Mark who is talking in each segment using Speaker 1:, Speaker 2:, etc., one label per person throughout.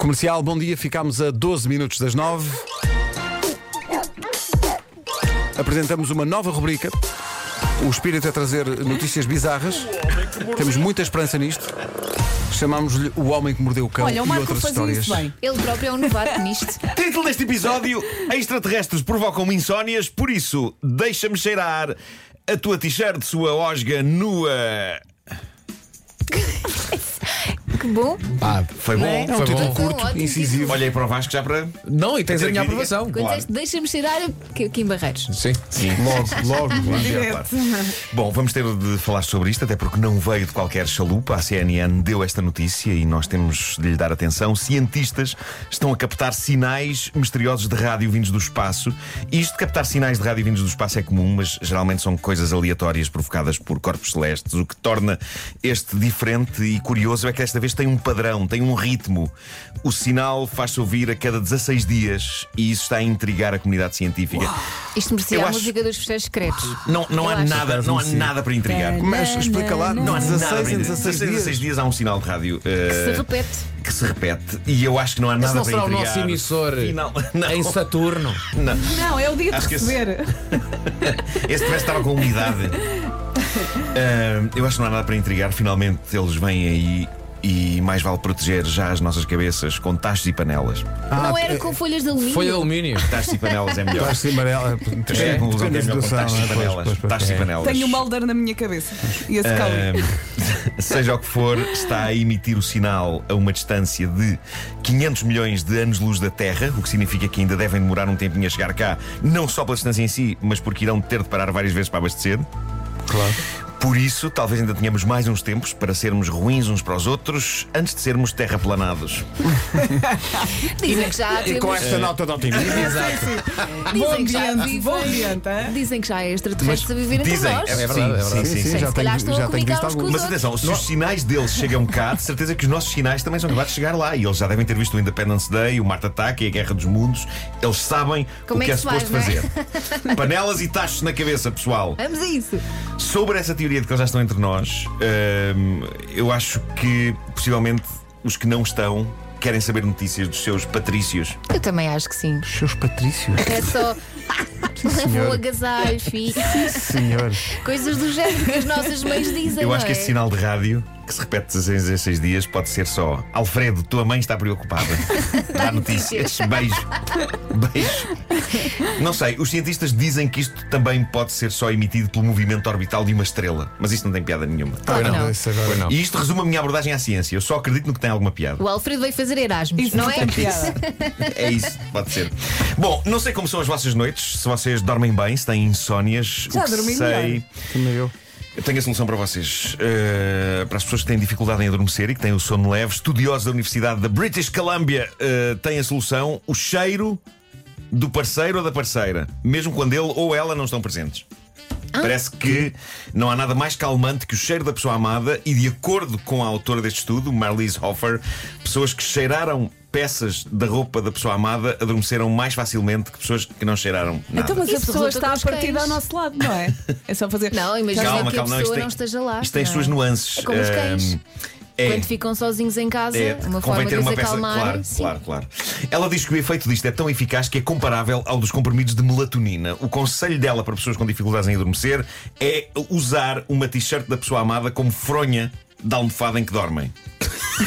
Speaker 1: Comercial, bom dia, ficámos a 12 minutos das 9. Apresentamos uma nova rubrica. O espírito é trazer notícias bizarras. Temos muita esperança nisto. Chamámos-lhe O Homem que Mordeu o Cão
Speaker 2: Olha, o
Speaker 1: e
Speaker 2: Marco
Speaker 1: outras
Speaker 2: fazia
Speaker 1: histórias.
Speaker 2: isso bem.
Speaker 3: Ele próprio é um novato nisto.
Speaker 4: Título deste episódio: Extraterrestres provocam insónias, por isso, deixa-me cheirar a tua t-shirt, sua osga nua.
Speaker 3: Que bom.
Speaker 5: Ah,
Speaker 4: Foi bom.
Speaker 1: É um
Speaker 5: Foi
Speaker 1: título
Speaker 5: bom.
Speaker 3: Foi um
Speaker 1: curto,
Speaker 3: ótimo
Speaker 1: incisivo.
Speaker 4: Olhei para o Vasco já para.
Speaker 5: não, e tens a minha aprovação.
Speaker 3: Quando disseste, deixa-me cheirar aqui aqui em Barreiros.
Speaker 5: Sim.
Speaker 1: Logo, logo.
Speaker 4: Claro, é claro. Bom, vamos ter de falar sobre isto, até porque não veio de qualquer chalupa. A CNN deu esta notícia e nós temos de lhe dar atenção. Cientistas estão a captar sinais misteriosos de rádio vindos do espaço. E isto de captar sinais de rádio vindos do espaço é comum, mas geralmente são coisas aleatórias provocadas por corpos celestes. O que torna este diferente e curioso é que desta vez tem um padrão, tem um ritmo. O sinal faz-se ouvir a cada 16 dias e isso está a intrigar a comunidade científica.
Speaker 3: Isto merecia
Speaker 4: Eu
Speaker 3: a
Speaker 4: acho-
Speaker 3: música dos fecheiros secretos.
Speaker 4: Não, não
Speaker 3: Eu
Speaker 4: há
Speaker 3: acho.
Speaker 4: nada, não há
Speaker 1: Sim.
Speaker 4: nada para intrigar.
Speaker 1: Mas explica lá,
Speaker 4: Não há nada
Speaker 1: 16
Speaker 4: para
Speaker 1: em
Speaker 4: intrigar.
Speaker 1: 16
Speaker 4: em
Speaker 1: dias.
Speaker 4: 16 dias há um sinal de rádio
Speaker 3: Que se
Speaker 4: eh,
Speaker 3: repete.
Speaker 4: que se repete e eu acho que não há
Speaker 5: Mas
Speaker 4: nada
Speaker 5: não
Speaker 4: para
Speaker 5: será o
Speaker 4: intrigar.
Speaker 5: nosso emissor
Speaker 4: Final- não,
Speaker 5: em Saturno.
Speaker 4: não.
Speaker 2: Não, é o dia
Speaker 4: Acho
Speaker 2: de
Speaker 4: que esse-
Speaker 2: receber.
Speaker 4: Esse tivesse estava com umidade. Eh, eu acho que não há nada para intrigar. Finalmente eles vêm aí e mais vale proteger já as nossas cabeças com tachos e panelas.
Speaker 3: não era com folhas de alumínio.
Speaker 5: Foi alumínio.
Speaker 4: Tachos e panelas é melhor.
Speaker 1: Estás de amarela.
Speaker 4: Cheguei à conclusão que é
Speaker 1: Depende da
Speaker 4: melhor com
Speaker 1: situação,
Speaker 4: tachos
Speaker 1: não
Speaker 4: e
Speaker 1: é? Pois, pois,
Speaker 4: panelas.
Speaker 1: pois.
Speaker 4: Tachos e panelas.
Speaker 2: Tenho o Mulder na minha cabeça. E
Speaker 4: Eh,
Speaker 2: esse Cali.
Speaker 4: Ahm, seja o que for, está a emitir o sinal a uma distância de 500 milhões de anos-luz da Terra, o que significa que ainda devem demorar um tempinho a chegar cá, não só pela distância em si, mas porque irão ter de parar várias vezes para abastecer.
Speaker 1: Claro.
Speaker 4: Por isso, talvez ainda tenhamos mais uns tempos para sermos ruins uns para os outros antes de sermos terraplanados.
Speaker 3: Dizem que já
Speaker 1: E com
Speaker 3: temos-
Speaker 1: esta nota de otimismo.
Speaker 2: Bom
Speaker 3: Dizem que já
Speaker 2: ambiente,
Speaker 3: vivem-
Speaker 2: bom ambiente. hã?
Speaker 3: Dizem que já há extraterrestres a viver entre
Speaker 4: Dizem,
Speaker 3: nós.
Speaker 4: é verdade,
Speaker 1: Sim,
Speaker 4: é verdade.
Speaker 1: sim, sim,
Speaker 3: Se
Speaker 1: já
Speaker 3: calhar
Speaker 1: tenho,
Speaker 3: estão
Speaker 1: já
Speaker 3: a
Speaker 1: tenho
Speaker 3: comunicar
Speaker 1: visto
Speaker 3: uns com
Speaker 1: alguns.
Speaker 4: Mas atenção, se os sinais deles chegam cá, de certeza que os nossos sinais também são capazes de chegar lá. E eles já devem ter visto o Independence Day, o Marte Ataque e a Guerra dos Mundos. Eles sabem
Speaker 3: Como
Speaker 4: o
Speaker 3: é
Speaker 4: que é,
Speaker 3: que se
Speaker 4: suposto
Speaker 3: faz,
Speaker 4: fazer. Panelas e tachos na cabeça, pessoal.
Speaker 3: Vamos a isso.
Speaker 4: Sobre essa teoria de que eles já estão entre nós, hum, eu acho que possivelmente os que não estão querem saber notícias dos seus patrícios.
Speaker 3: Eu também acho que sim.
Speaker 1: Seus patrícios.
Speaker 3: É só. Leva o
Speaker 1: senhor.
Speaker 3: agasalho, filho.
Speaker 1: Senhor.
Speaker 3: Coisas do género que as nossas mães dizem.
Speaker 4: Eu
Speaker 3: não
Speaker 4: acho que
Speaker 3: é?
Speaker 4: este sinal de rádio, que se repete 16 em 16 dias, pode ser só Alfredo, tua mãe está preocupada. Dá notícias. Beijo. Beijo. Não sei, os cientistas dizem que isto também pode ser só emitido pelo movimento orbital de uma estrela. Mas isto não tem piada nenhuma.
Speaker 3: Claro que não.
Speaker 1: Isso agora.
Speaker 5: Foi não.
Speaker 4: E isto resume a minha abordagem à ciência. Eu só acredito no que tem alguma piada.
Speaker 3: O Alfredo veio fazer Erasmus,
Speaker 2: Isso
Speaker 3: não é?
Speaker 2: tem piada.
Speaker 4: É isso, pode ser. Bom, não sei como são as vossas noites, se vocês dormem bem, se têm insónias.
Speaker 2: Já
Speaker 4: o que
Speaker 2: dormi
Speaker 4: sei.
Speaker 2: melhor.
Speaker 1: Também eu.
Speaker 4: Eu tenho a solução para vocês. Uh, para as pessoas que têm dificuldade em adormecer e que têm o sono leve, estudiosos da Universidade da British Columbia uh, têm a solução: o cheiro do parceiro ou da parceira, mesmo quando ele ou ela não estão presentes.
Speaker 3: Ah.
Speaker 4: Parece que não há nada mais calmante que o cheiro da pessoa amada, e de acordo com a autora deste estudo, Marlies Hoffer, pessoas que cheiraram peças da roupa da pessoa amada adormeceram mais facilmente que pessoas que não cheiraram nada.
Speaker 2: Então, mas a
Speaker 3: Isso
Speaker 2: pessoa
Speaker 3: resulta
Speaker 2: está a
Speaker 3: dos
Speaker 2: partir
Speaker 3: cães.
Speaker 2: ao nosso lado, não é? É só fazer.
Speaker 3: Não, imagina
Speaker 4: Calma,
Speaker 3: que a
Speaker 4: calma,
Speaker 3: pessoa
Speaker 4: não, isto tem-
Speaker 3: não esteja lá.
Speaker 4: Isto tem
Speaker 3: não
Speaker 4: as suas
Speaker 3: é?
Speaker 4: nuances. Ehm,
Speaker 3: É como os cães.
Speaker 4: Ahm, é.
Speaker 3: Quando ficam sozinhos em casa, uma forma
Speaker 4: convém
Speaker 3: de
Speaker 4: ter
Speaker 3: os
Speaker 4: uma peça.
Speaker 3: acalmar.
Speaker 4: Claro,
Speaker 3: Sim.
Speaker 4: claro, claro. Ela diz que o efeito disto é tão eficaz que é comparável ao dos comprimidos de melatonina. O conselho dela para pessoas com dificuldades em adormecer é usar uma t-shirt da pessoa amada como fronha da almofada em que dormem.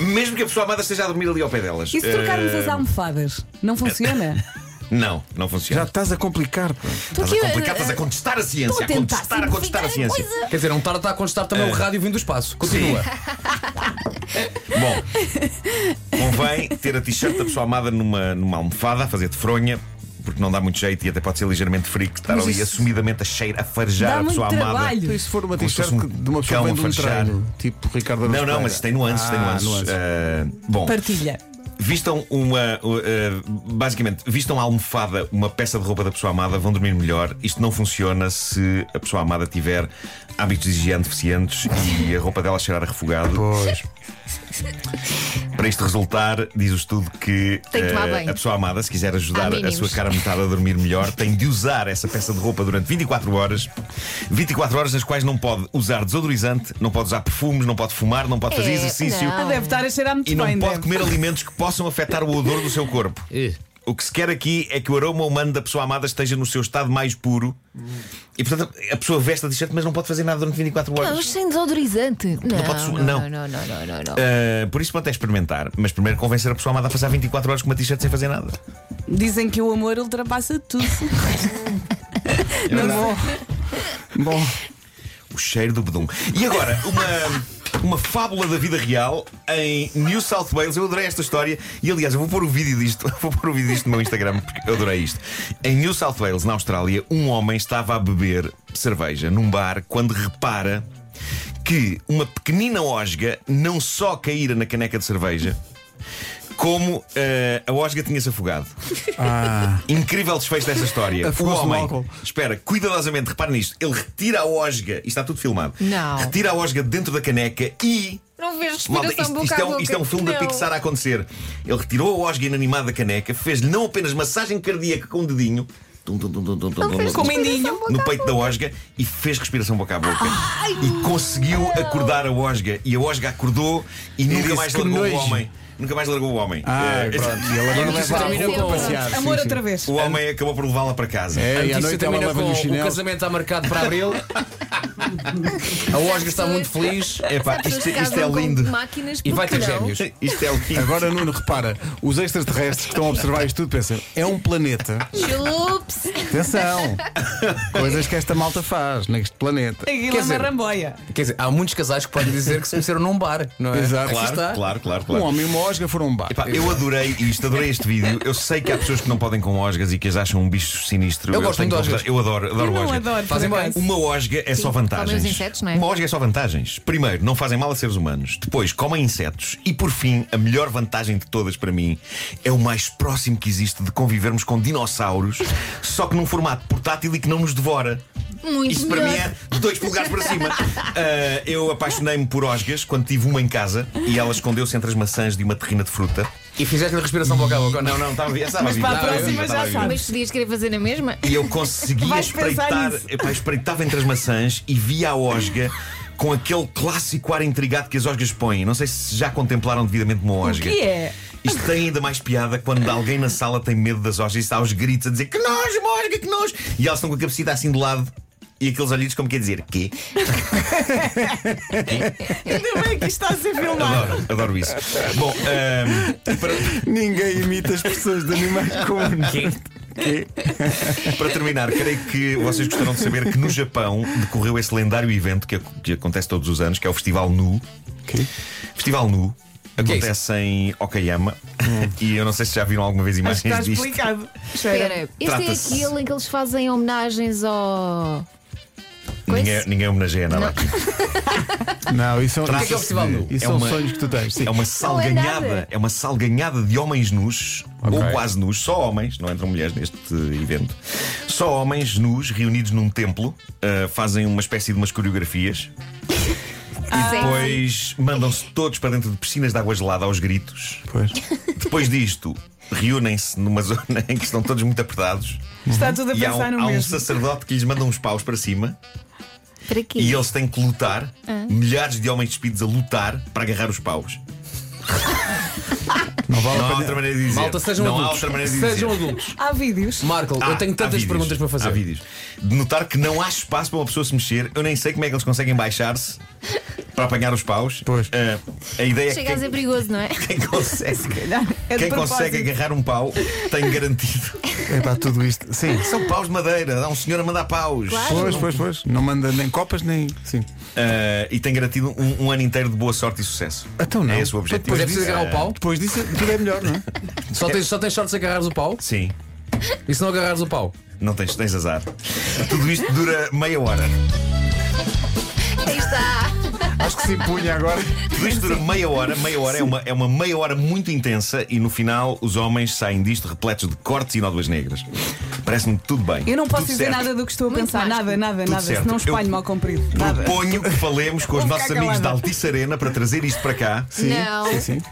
Speaker 4: Mesmo que a pessoa amada esteja a dormir ali ao pé delas.
Speaker 2: E se trocarmos
Speaker 4: Eh,
Speaker 2: as almofadas? Não funciona?
Speaker 4: Não, não
Speaker 1: Já
Speaker 4: funciona.
Speaker 1: estás a complicar. pá.
Speaker 4: Estás
Speaker 3: aqui,
Speaker 4: a complicar,
Speaker 3: eh,
Speaker 4: estás a contestar a ciência.
Speaker 3: Estou
Speaker 4: A
Speaker 3: a tentar
Speaker 4: contestar, a contestar a
Speaker 3: simplificar a
Speaker 4: ciência.
Speaker 5: Quer dizer, não tarda a constar também
Speaker 4: É.
Speaker 5: o rádio vindo do espaço. Continua.
Speaker 4: Bom, convém ter a t-shirt da pessoa amada numa, numa almofada, a fazer de fronha. Porque não dá muito jeito e até pode ser ligeiramente frio estar
Speaker 2: Mas
Speaker 4: ali
Speaker 2: isso-
Speaker 4: assumidamente a cheira, a farejar
Speaker 2: Dá
Speaker 4: a
Speaker 2: muito
Speaker 4: pessoa amada.
Speaker 2: trabalho.
Speaker 1: Então, E se for uma
Speaker 4: Como se
Speaker 1: t-shirt
Speaker 4: fosse um
Speaker 1: de uma pessoa
Speaker 4: cão
Speaker 1: que
Speaker 4: a
Speaker 1: vem de um
Speaker 4: farchar.
Speaker 1: treino, tipo Ricardo Araújo
Speaker 4: Não, não, mas
Speaker 1: Pereira?
Speaker 4: isto tem nuances, tem
Speaker 1: Ah,
Speaker 4: nuances. Ah, bom,
Speaker 2: Partilha.
Speaker 4: Vistam uma. uh, uh, basicamente, vistam a almofada, uma peça de roupa da pessoa amada, vão dormir melhor. Isto não funciona se a pessoa amada tiver hábitos de higiene deficientes e a roupa dela cheirar a refogado. Pois. Para isto resultar, diz o estudo que
Speaker 3: Tem que tomar
Speaker 4: eh,
Speaker 3: bem.
Speaker 4: a pessoa amada, se quiser
Speaker 3: Há
Speaker 4: ajudar a
Speaker 3: mínimos.
Speaker 4: sua cara metade a dormir melhor, tem de usar essa peça de roupa durante 24 horas. 24 horas nas quais não pode usar desodorizante, não pode usar perfumes, não pode fumar, não pode fazer
Speaker 3: É,
Speaker 4: exercício
Speaker 3: não.
Speaker 2: Ah, deve estar a cheirar muito
Speaker 4: e não
Speaker 2: bem,
Speaker 4: pode
Speaker 2: deve.
Speaker 4: comer alimentos que possam afetar o odor do seu corpo.
Speaker 5: Eh,
Speaker 4: O que se quer aqui é que o aroma humano da pessoa amada esteja no seu estado mais puro. E portanto a pessoa veste a t-shirt, mas não pode fazer nada durante 24 horas.
Speaker 3: Não, mas sem desodorizante. Não,
Speaker 4: pode su-
Speaker 3: não, não,
Speaker 4: não.
Speaker 3: não, não, não, não.
Speaker 4: Ah, por isso pode até experimentar, mas primeiro convencer a pessoa amada a passar 24 horas com uma t-shirt sem fazer nada.
Speaker 2: Dizem que o amor ultrapassa tudo.
Speaker 4: É
Speaker 1: Bom. Bom,
Speaker 4: O cheiro do bedum. E agora, uma, uma fábula da vida real em New South Wales. Eu adorei esta história e, aliás, eu vou pôr o vídeo disto. Vou pôr o vídeo disto no meu Instagram porque eu adorei isto. Em New South Wales, na Austrália, um homem estava a beber cerveja num bar quando repara que uma pequenina osga não só caíra na caneca de cerveja. Como eh, a Osga tinha-se afogado. Incrível desfecho dessa história. O
Speaker 1: Ah. Afogou-se no álcool.
Speaker 4: homem, espera, cuidadosamente, repare nisto. Ele retira a osga, isto está tudo filmado.
Speaker 3: Não.
Speaker 4: Retira a osga de dentro da caneca e.
Speaker 3: Não vejo
Speaker 4: Malta,
Speaker 3: respiração
Speaker 4: isto,
Speaker 3: boca
Speaker 4: isto é
Speaker 3: a
Speaker 4: um,
Speaker 3: boca.
Speaker 4: isto é um filme da
Speaker 3: Não.
Speaker 4: Pixar a acontecer. Ele retirou a osga inanimada da caneca, fez-lhe não apenas massagem cardíaca com o dedinho. tum, tum, tum, tum, tum, tum, tum,
Speaker 3: fez
Speaker 4: tum,
Speaker 2: Com o mendinho.
Speaker 4: no peito da Osga e fez respiração boca a boca. e conseguiu acordar a Osga. E a Osga acordou e, nunca
Speaker 1: disse
Speaker 4: mais
Speaker 1: que
Speaker 4: largou o
Speaker 1: nojo.
Speaker 4: homem. Nunca mais largou o homem.
Speaker 1: ah,
Speaker 4: Eh,
Speaker 1: pronto. E ele agora leva a
Speaker 3: terminou
Speaker 1: roupa
Speaker 3: com-
Speaker 1: para passear.
Speaker 2: Amor
Speaker 1: sim, sim.
Speaker 2: outra vez.
Speaker 4: Ah, o homem acabou por levá-la para casa.
Speaker 1: É, e à
Speaker 5: notícia
Speaker 1: noite ela
Speaker 5: termina
Speaker 1: leva-lhe
Speaker 5: com
Speaker 1: o
Speaker 5: o
Speaker 1: chinelo.
Speaker 5: casamento está marcado para abril. A Osga está muito feliz.
Speaker 4: Epá,
Speaker 3: Pessoas
Speaker 4: isto,
Speaker 3: que
Speaker 4: isto é
Speaker 3: casam com
Speaker 4: lindo.
Speaker 3: Máquinas
Speaker 5: E vai
Speaker 3: porque
Speaker 5: ter
Speaker 3: não?
Speaker 5: gêmeos.
Speaker 4: Isto é lindo.
Speaker 1: Agora, Nuno, repara, os extraterrestres que estão a observar isto tudo pensam: é um planeta.
Speaker 3: Chups.
Speaker 1: Atenção! Coisas que esta malta faz neste planeta.
Speaker 2: Aquilo
Speaker 5: Quer
Speaker 2: é uma
Speaker 5: dizer-
Speaker 2: ramboia.
Speaker 5: Quer dizer, há muitos casais que podem dizer que se conheceram num bar, não é?
Speaker 1: Exato.
Speaker 5: Aqui
Speaker 4: Claro,
Speaker 5: está.
Speaker 4: claro, claro,
Speaker 1: Um
Speaker 4: claro.
Speaker 1: homem e uma osga foram a um bar.
Speaker 4: Epá, eu adorei isto, adorei este vídeo. Eu sei que há pessoas que não podem com osgas e que as acham um bicho sinistro.
Speaker 5: Eu gosto
Speaker 4: tenho
Speaker 5: muito
Speaker 4: que
Speaker 5: de
Speaker 4: confessar, Eu adoro, adoro
Speaker 2: Eu não
Speaker 4: osga.
Speaker 2: adoro, por
Speaker 5: Fazem bem.
Speaker 2: acaso.
Speaker 4: Uma osga é só vantagens.
Speaker 3: comem os insetos, não é?
Speaker 4: Uma osga é só vantagens. Primeiro, não fazem mal a seres humanos. Depois, comem insetos. E por fim, a melhor vantagem de todas para mim é o mais próximo que existe de convivermos com dinossauros, só que num formato portátil e que não nos devora.
Speaker 3: Muito
Speaker 4: Isto para
Speaker 3: melhor.
Speaker 4: mim é dois polegares para cima. Ah, eu apaixonei-me por osgas quando tive uma em casa e ela escondeu-se entre as maçãs de uma terrina de fruta.
Speaker 5: E fizeste-lhe respiração boca a boca. ou Não,
Speaker 4: Não, tá não, estava viva.
Speaker 2: Mas para a próxima já sabes.
Speaker 3: Mas podias querer fazer na mesma?
Speaker 4: E eu conseguia
Speaker 2: Vais pensar
Speaker 4: espreitar,
Speaker 2: nisso.
Speaker 4: epá, espreitava entre as maçãs e via a osga com aquele clássico ar intrigado que as osgas põem. Não sei se já contemplaram devidamente uma osga.
Speaker 2: que é?
Speaker 4: Isto tem ainda mais piada quando alguém na sala tem medo das osgas e está aos gritos a dizer que nojo, uma osga, que nojo! E elas estão com a cabecita assim de lado. E aqueles olhinhos como quer dizer Quê?
Speaker 2: Ainda bem que isto está a ser filmado.
Speaker 4: Adoro, adoro isso Bom, ahm, e para,
Speaker 1: Ninguém imita as pessoas de animais comuns.
Speaker 4: Para terminar, creio que vocês gostaram de saber que no Japão decorreu esse lendário evento que, ac- que acontece todos os anos, que é o Festival Nu. Festival Nu.
Speaker 5: que é Hum.
Speaker 4: Acontece em Okayama e eu não sei se já viram alguma vez
Speaker 2: Acho que está
Speaker 4: imagens disto.
Speaker 2: explicado.
Speaker 3: Espera, este é
Speaker 4: Trata-se-
Speaker 3: aquele em que eles fazem homenagens ao.
Speaker 4: Ninguém,
Speaker 3: Coisa?
Speaker 4: ninguém homenageia nada. aqui.
Speaker 1: Não, isso é um,
Speaker 4: Trata-se
Speaker 5: que é o festival nu?
Speaker 1: isso
Speaker 4: É
Speaker 1: são
Speaker 4: uma-
Speaker 1: sonhos que tu tens. Sim.
Speaker 4: É
Speaker 3: Não
Speaker 4: uma
Speaker 3: é nada.
Speaker 4: salganhada, é uma salganhada de homens nus, ou quase nus, só homens, não entram mulheres neste evento. Só homens nus reunidos num templo, ah, fazem uma espécie de umas coreografias
Speaker 3: Ah,
Speaker 4: Depois mandam-se todos para dentro de piscinas de água gelada aos gritos.
Speaker 1: Pois.
Speaker 4: Depois disto, reúnem-se numa zona em que estão todos muito apertados.
Speaker 2: Está tudo a
Speaker 4: E há
Speaker 2: pensar
Speaker 4: um,
Speaker 2: no
Speaker 4: há um
Speaker 2: mesmo.
Speaker 4: sacerdote que lhes manda uns paus para cima
Speaker 3: Para quê?
Speaker 4: e eles têm que lutar. Milhares de homens despidos a lutar para agarrar os paus.
Speaker 1: Não vale
Speaker 4: Não
Speaker 1: a
Speaker 4: há
Speaker 1: pena.
Speaker 4: outra maneira de dizer.
Speaker 5: Malta, sejam
Speaker 4: não há
Speaker 5: adultos.
Speaker 4: outra maneira de dizer.
Speaker 5: sejam adultos.
Speaker 2: Há vídeos.
Speaker 5: Marco,
Speaker 4: Há-
Speaker 5: eu tenho
Speaker 4: há
Speaker 5: tantas
Speaker 4: vídeos.
Speaker 5: perguntas para
Speaker 4: Há
Speaker 5: fazer.
Speaker 4: vídeos. De notar que não há espaço para uma pessoa se mexer. Eu nem sei como é que eles conseguem baixar-se para apanhar os paus.
Speaker 1: Pois.
Speaker 4: Ah, a ideia
Speaker 3: Chega
Speaker 4: é
Speaker 3: a ser
Speaker 4: que quem-
Speaker 3: perigoso, não é?
Speaker 4: quem consegue
Speaker 2: É de
Speaker 4: Quem consegue
Speaker 2: propósito.
Speaker 4: agarrar um pau tem garantido.
Speaker 1: É para tudo isto. Sim.
Speaker 4: São paus de madeira, há um senhor a mandar paus.
Speaker 1: Pois, pois, pois. Não manda nem copas nem. Sim.
Speaker 4: Ah, e tem garantido um, um ano inteiro de boa sorte e sucesso.
Speaker 1: Então não.
Speaker 4: É esse o objetivo. Eh,
Speaker 5: Mas é preciso agarrar o pau?
Speaker 1: Depois disso, tudo é melhor, não é?
Speaker 5: Só tens, só tens sorte se agarrares o pau?
Speaker 4: Sim,
Speaker 5: E se não agarrares o pau?
Speaker 4: não tens, tens azar. Tudo isto dura meia hora.
Speaker 3: Aí está.
Speaker 1: Acho que se impunha agora.
Speaker 4: Tudo isto dura meia hora, meia hora é uma, é uma meia hora muito intensa e no final os homens saem disto repletos de cortes e nódoas negras. Parece-me tudo bem.
Speaker 2: Eu não posso
Speaker 4: Tudo
Speaker 2: dizer
Speaker 4: certo.
Speaker 2: nada do que estou a
Speaker 3: Muito
Speaker 2: pensar.
Speaker 3: mais.
Speaker 2: Nada, nada, nada.
Speaker 4: certo.
Speaker 2: Senão
Speaker 4: Eu-
Speaker 2: espalho-me ao comprido. Nada.
Speaker 4: Proponho que falemos com os
Speaker 2: Vou
Speaker 4: nossos
Speaker 2: ficar
Speaker 4: amigos da
Speaker 2: calada.
Speaker 4: Altice Arena para trazer isto para cá.
Speaker 3: Não.
Speaker 1: Sim, sim.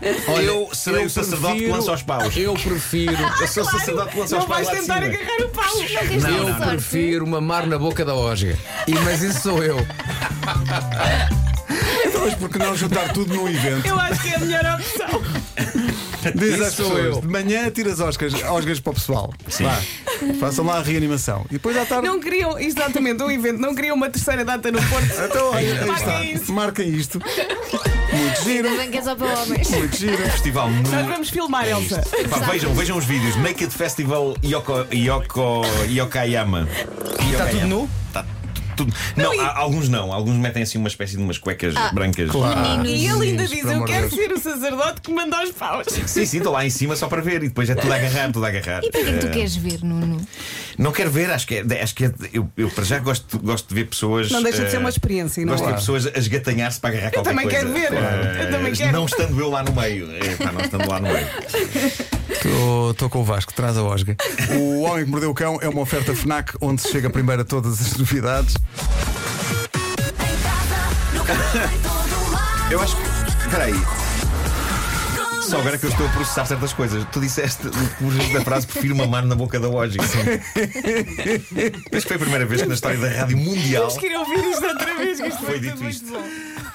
Speaker 4: eu serei o sacerdote que lança aos paus.
Speaker 5: Eu prefiro.
Speaker 4: Eu sou o sacerdote que lança aos
Speaker 2: Não vais
Speaker 4: paus lá de
Speaker 2: tentar
Speaker 4: cima.
Speaker 2: agarrar o pau.
Speaker 3: Nunca estive
Speaker 5: Eu
Speaker 3: sorte.
Speaker 5: prefiro mamar na boca da Osga. E, mas isso sou eu.
Speaker 1: Mas porque não juntar tudo num evento?
Speaker 2: Eu acho que é a melhor opção.
Speaker 1: Diz
Speaker 5: Isso
Speaker 1: às
Speaker 5: sou
Speaker 1: pessoas,
Speaker 5: eu.
Speaker 1: de manhã tira as Oscars, Oscars para o pessoal.
Speaker 4: Sim.
Speaker 1: Vá. Façam lá a reanimação. E depois à tarde.
Speaker 2: Não queriam, exatamente, um evento, não queriam uma terceira data no Porto.
Speaker 1: Então, olha, aí
Speaker 2: Marquem isso.
Speaker 1: está. Marquem isto. Muito giro,
Speaker 3: Ainda bem que é só para homens.
Speaker 1: muito giro.
Speaker 4: Festival nu.
Speaker 2: Nós vamos
Speaker 4: É
Speaker 2: filmar, Elsa.
Speaker 4: Pá, vejam, vejam os vídeos. Naked Festival Yoko, Yoko, Yokayama. E
Speaker 5: Está tudo nu?
Speaker 4: Tá tu- tudo. Não, há- alguns não. Alguns metem assim uma espécie de umas cuecas
Speaker 3: Ah,
Speaker 4: brancas.
Speaker 2: E
Speaker 4: É
Speaker 2: ele ainda
Speaker 1: Isso,
Speaker 2: diz:
Speaker 1: pelo
Speaker 2: Eu
Speaker 1: amor de
Speaker 2: quero
Speaker 1: Deus.
Speaker 2: ser o sacerdote que manda aos paus.
Speaker 4: Sim, sim, estou lá em cima só para ver e depois é tudo a agarrar, tudo a agarrar.
Speaker 3: E para que é que tu
Speaker 4: Eh,
Speaker 3: queres ver, Nuno?
Speaker 4: Não quero ver, acho que é. Acho que é eu, eu para já gosto, gosto de ver pessoas.
Speaker 2: Não deixa de ser
Speaker 4: eh,
Speaker 2: uma experiência, não
Speaker 4: Gosto de ver
Speaker 2: é?
Speaker 4: pessoas a esgatanhar-se para agarrar qualquer
Speaker 2: também
Speaker 4: coisa.
Speaker 2: quero ver,
Speaker 4: Eh,
Speaker 2: eu também quero.
Speaker 4: Não estando eu lá no meio. Eh, pá, não estando lá no meio.
Speaker 1: Estou com o Vasco, traz a Osga. O Homem que Mordeu o Cão é uma oferta Fnac onde se chega primeiro a todas as novidades.
Speaker 4: Eu acho que. Espera aí. Só agora que eu estou a processar certas coisas. Tu disseste no curso da frase prefiro mamar na boca da lógica. Mas foi a primeira vez que na história da rádio mundial
Speaker 2: Temos que ir ouvir isto outra vez, que isto
Speaker 4: foi
Speaker 2: foi tudo
Speaker 4: dito
Speaker 2: muito
Speaker 4: isto.
Speaker 2: bom.